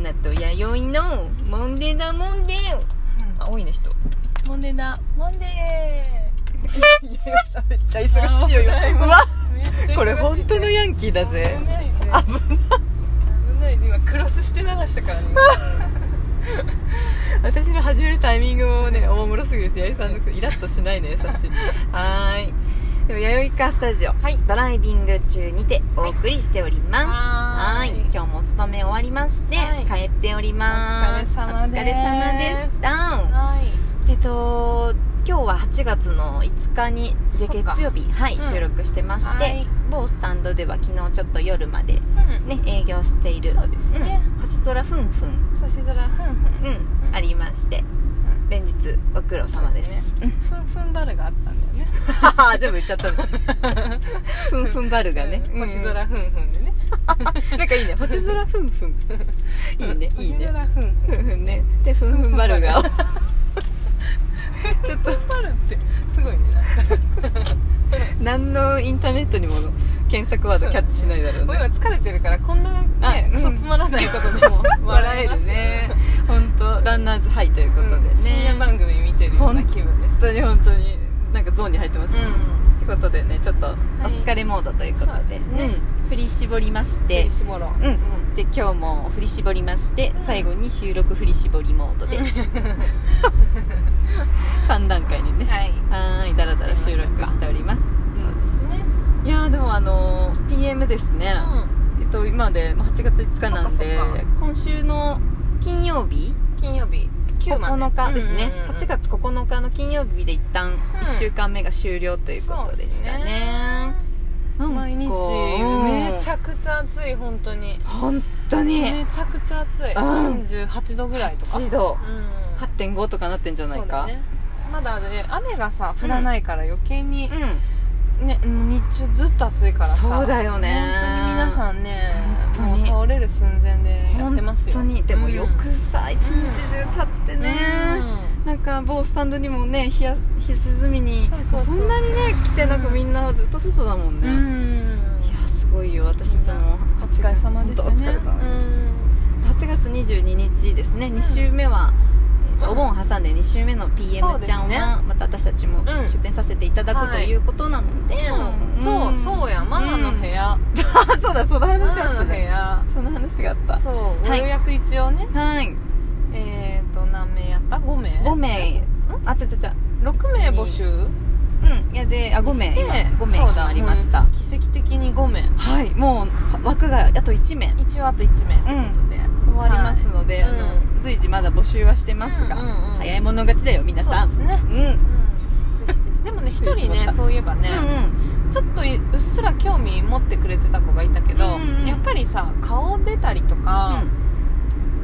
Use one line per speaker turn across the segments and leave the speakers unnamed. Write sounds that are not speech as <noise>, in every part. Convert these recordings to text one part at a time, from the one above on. ナと弥生のモンデだモンデあ多いね人
モンデーだモンデ
弥生さんめっちゃ忙しいよ
あー
うわ
ーめっちゃ忙しい
これ本当のヤンキーだぜ
危ないね危ないね今クロスして流したからね
私の始めるタイミングもねおもろすぎるし弥生さんのイラッとしないね優しいはーいでも弥生かスタジオ、はい、ドライビング中にてお送りしております
は
は
ー
ーい
い
今日もお勤め終わりまして、
はい
帰っております
お疲れ様です
お疲れ様でした
はい
えっと今日は8月の5日にで
そっか
月曜日、はい
うん
収録してまして、
はい
某スタンドでは昨日ちょっと夜まで、
うん
ね、営業している
そうですね
うん星空ふんふん
星空ふんふん
うん、ありまして、連日ご苦労様です
そうねふんふんバルがあったんだよね
はは <laughs> 全部言っちゃったの
<laughs>
ふんふんバルがね、
うん星
う
空ふんふんでね
んなんかいいね星空ふんふ
<laughs>
んいいねいい
星
ね
空ふんふ
ふ
ん
んふんねでふんふんバルが <laughs> ちょっと
ふんバルってすごいねなんか
何のインターネットにも検索ワードキャッチしないだろう
もう今
ね
疲れてるからこんな
あ
ね
うん
クソつまらないことでも
笑
笑
え
えま
る
す
ね本当ランナーズハイということでね、
うん深夜番組見てるような気分で
本
す
当に本当になんかゾーンに入ってますね、
う
ということでねちょっとお
い
疲れモードということで,、
そうですね
うん振り絞りまして
で絞ろう
うん、で今日も振り絞りまして、
うん
最後に収録振り絞りモードで、3段階にね
はい
はーいだらだら収録しております
そうですね
いやーでもあのー PM ですね、
うん
えっと今でもう8月5日なんで
そっかそっか
今週の金曜日
金曜日9まで
9日ですね、
うんうんうん
8月9日の金曜日で一旦1週間目が終了ということでしたね,、なんか
毎日
うん
めちゃくちゃ暑い本当に
本当に
めちゃくちゃ暑い
うん
38度ぐらいとか
8度
うん
8.5とかなってんじゃない
そうだ
か
ねまだね雨がさ降らないから余計に
う、ん
ね日中ずっと暑いからさ
そうだよね
本当に皆さんね
本当に
もう倒れる寸前でやってますよ
本当にでもよくさ一日中立って
うん
ね、なんか某スタンドにもね日や日涼みに
そうそうそうん
なにね来てなく
うん
みんなずっと外だもん
う
ね、
んうん
いやすごいよ私たちも
お疲れ様ですね
本当お疲れ様です8月22日ですね、
ん
2週目は、えー
うん
お盆挟んで2週目の
そう
PM
ですね
ちゃんは、また私たちも
ん
出店させていただく、
はい
ということなので
うんそうそうそうやマナの部、屋
うんあそうだその話
マ
があ
ナ
った
の部
ね
屋
その話があった
そうご
はい
予約一応ね
はい
えっと何名やった5名
5名あちゃちゃちゃ
6名募集
うんいやであ5名
し
5
て
名
そう
決
だ
まりました
もう奇跡的に5名
はいもう枠があと1名
一応あと1名ということで、
終わりますので、
はい
あの随時まだ募集はしてますが、
うんうんうん
早い者勝ちだよ皆さん
そうですね、
うん
うん、ぜひぜひ
<laughs>
でもね一人ねそういえばね、
うん
ちょっとうっすら興味持ってくれてた子がいたけど、
うんうんうん
やっぱりさ顔出たりとか、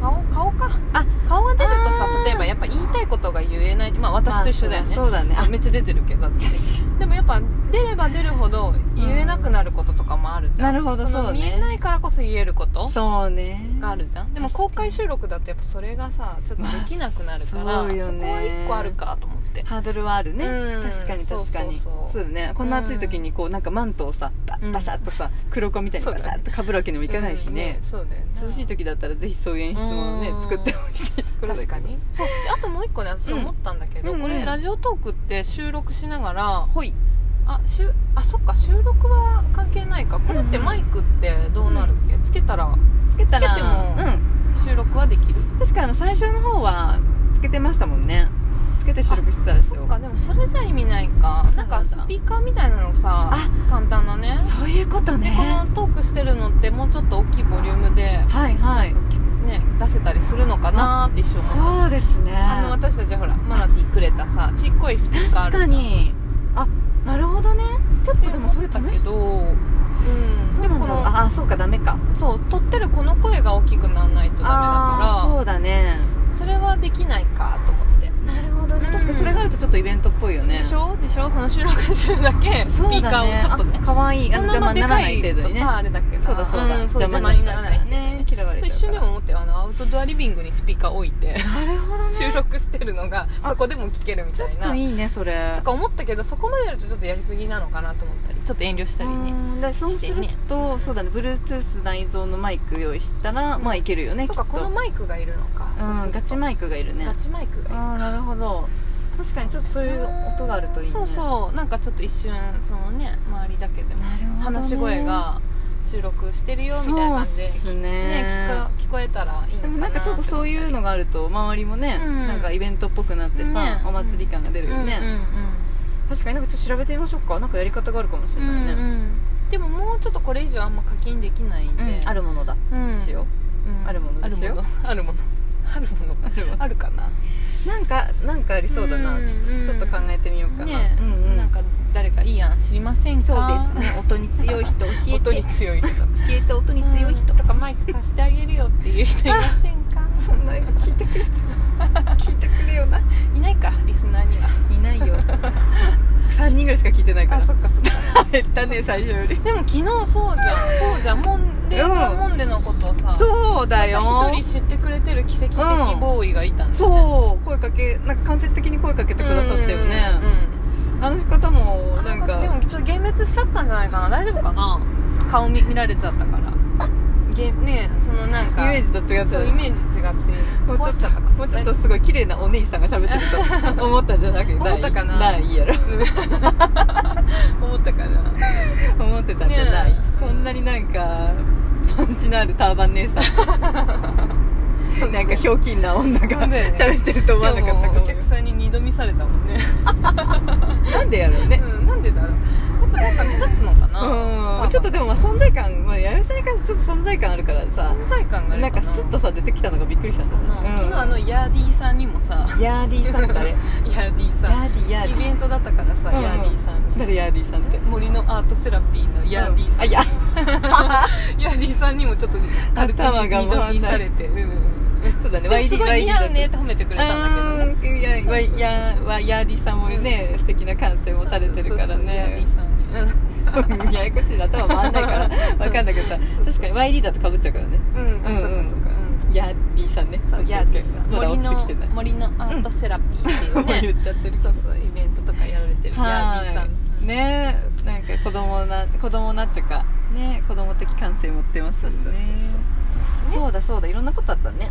顔顔か
あ
顔が出るとさ
あー
例えばやっぱ言いたいことが言えないまあ私と一緒だよね、
まあそうだそうだね
あめっちゃ出てるけど私でもやっぱ出れば出るほど言えなくなることとかもあるじゃん、
なるほど
の
そうね
見えないからこそ言えること
<laughs> そうね
があるじゃんでも公開収録だとやっぱそれがさちょっとできなくなるから、
まあそう
そ
よね
こは一個あるかと思って
ハードルはあるね、
うん
確かに確かに
そうそうそう
だねこんな暑い時にこうなんかマントをさバ
うん
バサッとさ黒子みたいに
そう
バ
だね
サッとかぶるわけにもいかないしね,、
うんそうだよね
涼しい時だったらぜひそういう演出もね
うん
作っておきたいところだけど
確かにそうであともう一個ね私思ったんだけど、
うん
こ
うんう
れ
ん
ラジオトークって収録しながら
ほい
あしゅあそっか収録は関係ないかこれってマイクってどうなるっけ、つけたら
つけたら
つけても
うん、
収録はできる
確かあの最初の方はつけてましたもんねつけて収録してたんです
そ
よ
っかでもそれじゃ意味ないかなんかスピーカーみたいなのさ
あ
簡単だね
そういうこと
で
ね
このトークしてるのってもうちょっと大きいボリュームで、
はいはい
ね、出せたりするのかなーって一瞬思った
そうですね
あの私たちほらマナティーくれたさちっこいスピーカーあ
確
るじゃ
か
ん
にあなるほどねちょっとでもそれ試
だけ
して
どうん
で
でも
も
こ
この
の
ああそうかダメか
そう撮ってるこの声が大きくならないとダメだ
あー
か
そうだね
らそれはできないかと思って
なるほど
うん
確かにそれがあるとちょっとイベントっぽいよね
でしょでしょその収録中だけス
そう
ピーカ
だ
ーを
ね
ちょっとね
あ可愛いあの
そんな
邪
ま
魔に
で
なら
か
ない
い
程度
と
にね
さあれだけど
そうだそうだ
んそう邪魔にならな
邪魔に
い
なっちゃうからね嫌われちゃうから
そう一瞬でも思ってあの青ウトドアリビングにスピーカー置いて
なるほどね
<laughs> 収録してるのが
あ
そこでも聞けるみ
ちょ
た
っ
いな
といいねそれ
とか思ったけどそこまでやるとちょっとやりすぎなのかなと思ったりちょっと遠慮したりね
うんだからそうすると、そうだね Bluetooth 内蔵のマイク用意したら、まあいけるよね
そう
きっと
かこのマイクがいるのか
うん、ガチマ
イ
イクがいるね
ガチマイクがいる
ああなるほど確かにちょっとそういう音があるといいね
そうそうなんかちょっと一瞬そのね周りだけでも
なるほどね
話し声が収録してるよみたいな感じで
そうっすね
ね聞か聞こえたらいいのか
で
な
もなんかちょっとそういうのがあると周りもね、
うん
なんかイベントっぽくなってさ、
ね
お祭り感が出るよね、
うんうん
確かになんかちょっと調べてみましょうかなんかやり方があるかもしれ
うん
な
うん
いね、
うんでももうちょっとこれ以上あんま課金できないんで、
あるものだ、
うん
しよ
うん
あるものですよ
あるものあるものあるもの <laughs> あるかな
うなんかなんかありそうだな、
うん
ちょっとちょっと考えてみようかな、
ね
うんうん、
なんか誰かいい案知りません
そうで
か
すね音に強い人教えて
音に強い人 <laughs>
教えて音に強い人、
とかマイク貸してあげるよっていう人いませんか
<laughs> そんなの聞いてくれて聞いてくれよない
ないかリスナーにはい
ない
<laughs>
よ3人ぐらいしか聞いてないから
あそっかそっか
減ったね最初より
でも昨日そうじゃんそうじゃんモンデが
うん
モンデのことをさ
そうだよ
一人知ってくれてる奇跡的ボーイがいたんだよね
そう声かけなんか間接的に声かけてくださったよね
うんうん
あの方も
うん
なんか
でもちょっと幻滅しちゃったんじゃないかな大丈夫かな顔見見られちゃったからげねそのなん
イ
か
メージと違って
そうイメージ違って
もうちょ
壊
っ
しちゃ
と
ったかな
もうちょっとすごい綺麗なお姉さんが喋ってると思ったんじゃなくて
<laughs> 思ったかない
やろ <laughs>
思ったかな <laughs>
思ってたんじゃない、
ねえ
こんなになんかパンチのあるターバン姉さ
<laughs>
んなんかひょうきんな女が
そうだよね
喋ってると思わなかった
今
か
日も
も
お客さんに二度見されたもんね
なんでやろうね、
うん、なんでだろうやっぱなんか目立つのかな
うんちょっとでもまあ存在感、まあ、弥生さんに関してちょっと存在感あるからさ
存在感がある
なん
か
か
な
スッとさ出てきたのがびっくりしちゃった
あの
うん
昨日あのヤーディさんにもさ
ヤーディーさんって誰ヤ
ヤーディさ
ーディーヤー
ん
ディ
イベントだったからさ、
うんうん
ヤーディさん
ー
に
誰ヤーディーさんって
森のアートセラピーのヤーディ
うん
さ
あ
ん、
いや
ヤーディさんにもちょっと軽く
頭が
二度
回ん
見
ない
されて、うんうん、
そうだね
でもすごい似合うねっ
と
て褒めてくれたんだけどね
ヤ
そうそうそう
ーヤーディーさんもね、素敵な感性持たれてるから
そうそうそうヤーデ
ね
ィさんに、うん
<laughs> ややこしいな頭回んないから分かんないけどさ確かに YD だとかぶっちゃうからね
うん、あ
うんうん
そっかそっか、うん。
ヤーディーさんね
そう、ヤーディさん。
まだ
森
落ちてき
の
てない、
森のアートセラピーってい
もう
うね。
言っちゃってる <laughs> けど
そうそう、イベントとかやられてるヤーディさ
は
ん。
いね
そうそう
なんか子供な子供なっちゃうかね子供的感性持ってますよね
そうそうそうそう
そうだそうだいろんなことあったね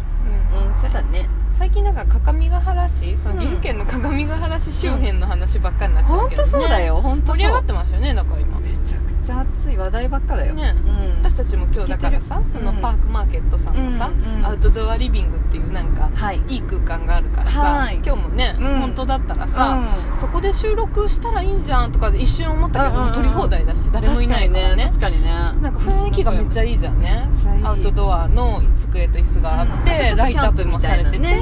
そううん
うんそうだね
最近なんか各務原市、その岐阜県の各務原市周辺の話ばっかりになっちゃう
本
けど
当
ね。
そうだ。よ本当そ
盛
う
り上がってますよね、だから今。
めちゃくちゃ熱い話題ばっかだよ
ね
うん
私たちも今日だからさ
聞いて
そ
る
のパークマーケットさんのさ、
うんうん
アウトドアリビングっていうなんか
はい
いい空間があるからさ、
はい
今日もね、
うん
本当だったらさ、そこで収録したらいいじゃんとかで一瞬思ったけど、
うんうんうん
撮り放題だし誰もいないからね
確かにね
なんか雰囲気がめっちゃいいじゃんね
ちゃいい
アウトドアの机と椅子があって、ライトアップもされてて、で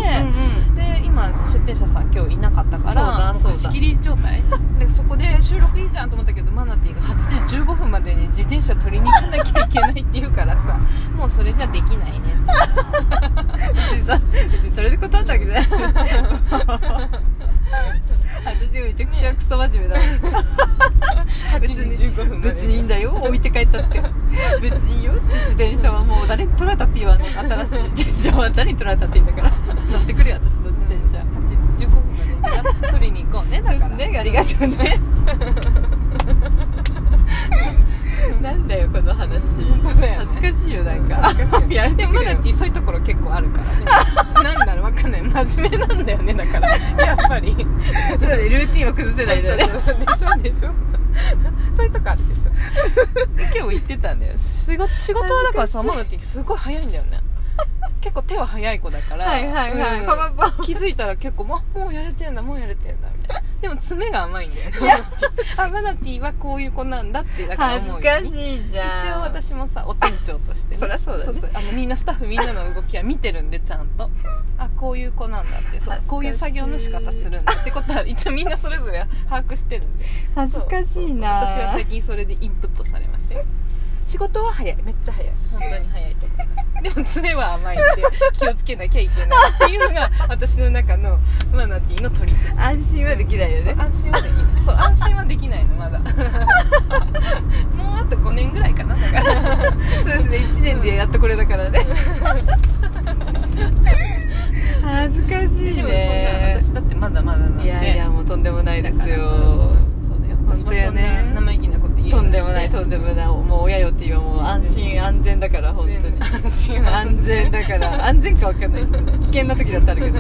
今出店者さん今日いなかったから
そうだそうだ
貸し切り状態
<laughs>
でそこで収録いいじゃんと思ったけどマナティーが8時15分までに自転車取りに行かなきゃいけないって言うからさもうそれじゃできないね
<laughs> 別
って
にさ別にそれで断ったわけじゃない
<laughs>
私めちゃくちゃクソ真面目だもん
8時15分ま
<laughs>
で
別にいいんだよ
<laughs>
置いて帰ったって別にいいよ自転車はもう誰に取られたっていいわあ
<laughs>
の新しい自転車は誰に取られたっていいんだから乗ってくれよ私の自転車
8時15分までに取りに行こうねだ
そうで
から
すねありがとう
<laughs>
ねなんだよこの話
当だよね
恥ずかしいよなんかやめて
で
く
もマ
れよ
ナティーそういうところ結構あるからねなんだろうわかんない真面目なんだよねだからやっぱり
そうだねルーティンは崩せないんだね
そうそうそうで <laughs> しょでしょそういうとこあるでしょ今日行ってたんだよ仕事仕事はだからさマナティすごい早いんだよね結構手は早い子だから
はいはいはい
うん
パパパ
気づいたら結構もうもうやれてんだもうやれてんだみたいなでも爪が甘いんだよねマ <laughs> ナティあマナティはこういう子なんだってだから
恥
思
ず
うよ
か
うに
しいじ
一
ゃん
応私もさお店長として、
そりゃそうだね
あのみんなスタッフみんなの動きは見てるんでちゃんとあこういう子なんだって
恥ず
そう
かしい
こういう作業の仕方するんだってことは <laughs> 一応みんなそれぞれ把握してるんで
恥ずかしいな
そうそうそう私は最近それでインプットされましたよ仕事は早いめっちゃ早い本当に早
<laughs>
いと思うでも爪は甘いんで気をつけなきゃいけないっていうのが私の中のマナティーの取り説
安心はできないよ
そ
ね
う安心はできないそう安心はできないの
<laughs>
まだもうあと5年ぐらいかなだから
そうですね1年でやっとこれだからねないですよ本当
だからうんそうだよ私もそ
や
んな
ね
生意気なこと言え
とんでもないとんでも
い
ないもう親よって言うもう安心安全だから本当に
安心
安全だから安全か分かんないけど危険な時だってあるけど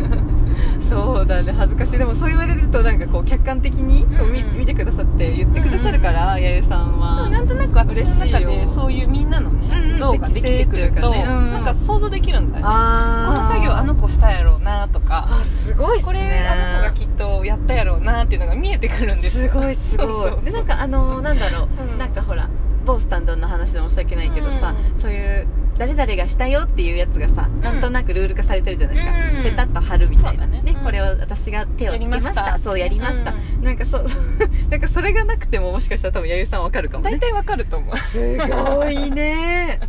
そうだね恥ずかしいでもそう言われるとなんかこう客観的にこう見,、
うんうん
見てくださって言ってくださるから、やゆさん
でも
は
なんとなく私の中
嬉しい
で
よ
そういうみんなの
うんう
ね
ん
像ができてくる
適性
と
っていうかねうん
なんか想像できるんだよねこ
あー
の作業あの子したやろうなとか
あすごいっすね
これあの子がきっとやったやろうなっていうのが見えてくるんです
す
よ
ごいすごい
そうそう
でなんかあのなんだろう、
うん
なんかほら某スタンドの話で申し訳ないけどさ、
う
そういう誰々がしたよっていうやつがさ、
ん
なんとなくルール化されてるじゃないですか、
うんうん
ペタッと貼るみたいな
そうだ
ね
ねうん
これを私が手をつけました
やりました
そうやりました、
う
なんかそう <laughs> なんかそれがなくてももしかしたら多分弥生さんわかるかも
大 <laughs>
ね
体わかると思う
すごい
<laughs>
ね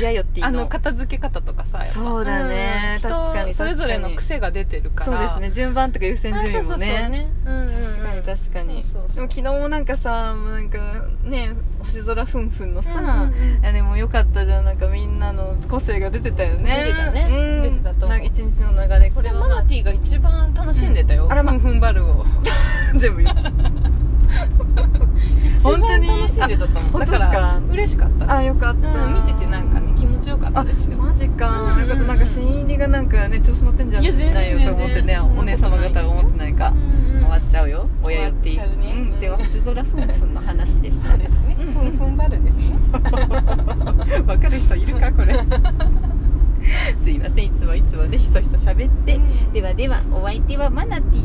親よっていいの
あの片付け方とかさやっぱ
そうだね
ん人
確かに
それぞれの癖が出てるか
そうで
ら
すね順番とか優先
あそう
順位
そ
も
うそうねうんうんうん
確かに確かに
そうそうそう
でも昨日もなんかさもうなんかね星空ふんふんのさ、
うんうんうん
あれも良かったじゃんなんかみんなの個性が出てたよね
出てたね
うん、
出てたと思う
なんか一日の流れこれは
マ
ま
ナ
あ
ティが一番楽しんでたよ、
うんあらま
ふんふんばるを
全部言っちゃう
一
本
番
当に
楽しんでたと
あ
思う
本当
だか
ですから
嬉しかった、 <laughs>
あよかった、
うん、見ててなんかね気持ちよかった
あ
ですよ
マジか、
うんうんうん
よかったなんか新入りがなんかね調子乗ってんじゃ
いや全然
ないよと思って
全
ね
然そん
お姉様
なこと
方は思ってないか、
うんうん
終わっちゃうよ親よっていい
終わっちゃうね
ん、では星空ふんふんの話でした
そうですね、
うん
ふんふんばるですね
<laughs> わかる人いるかこれ <laughs> すいませんいつもいつもねひそひそ喋って、
うん
ではではお相手はマナティー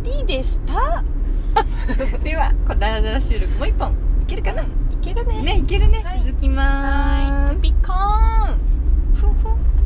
<laughs> と
YD でした
ではこダラダラ収録もう一本いけるかな、
いけるね
ねいけるね、
はい
続きま
は
ー
い
す
ピカーンふんふん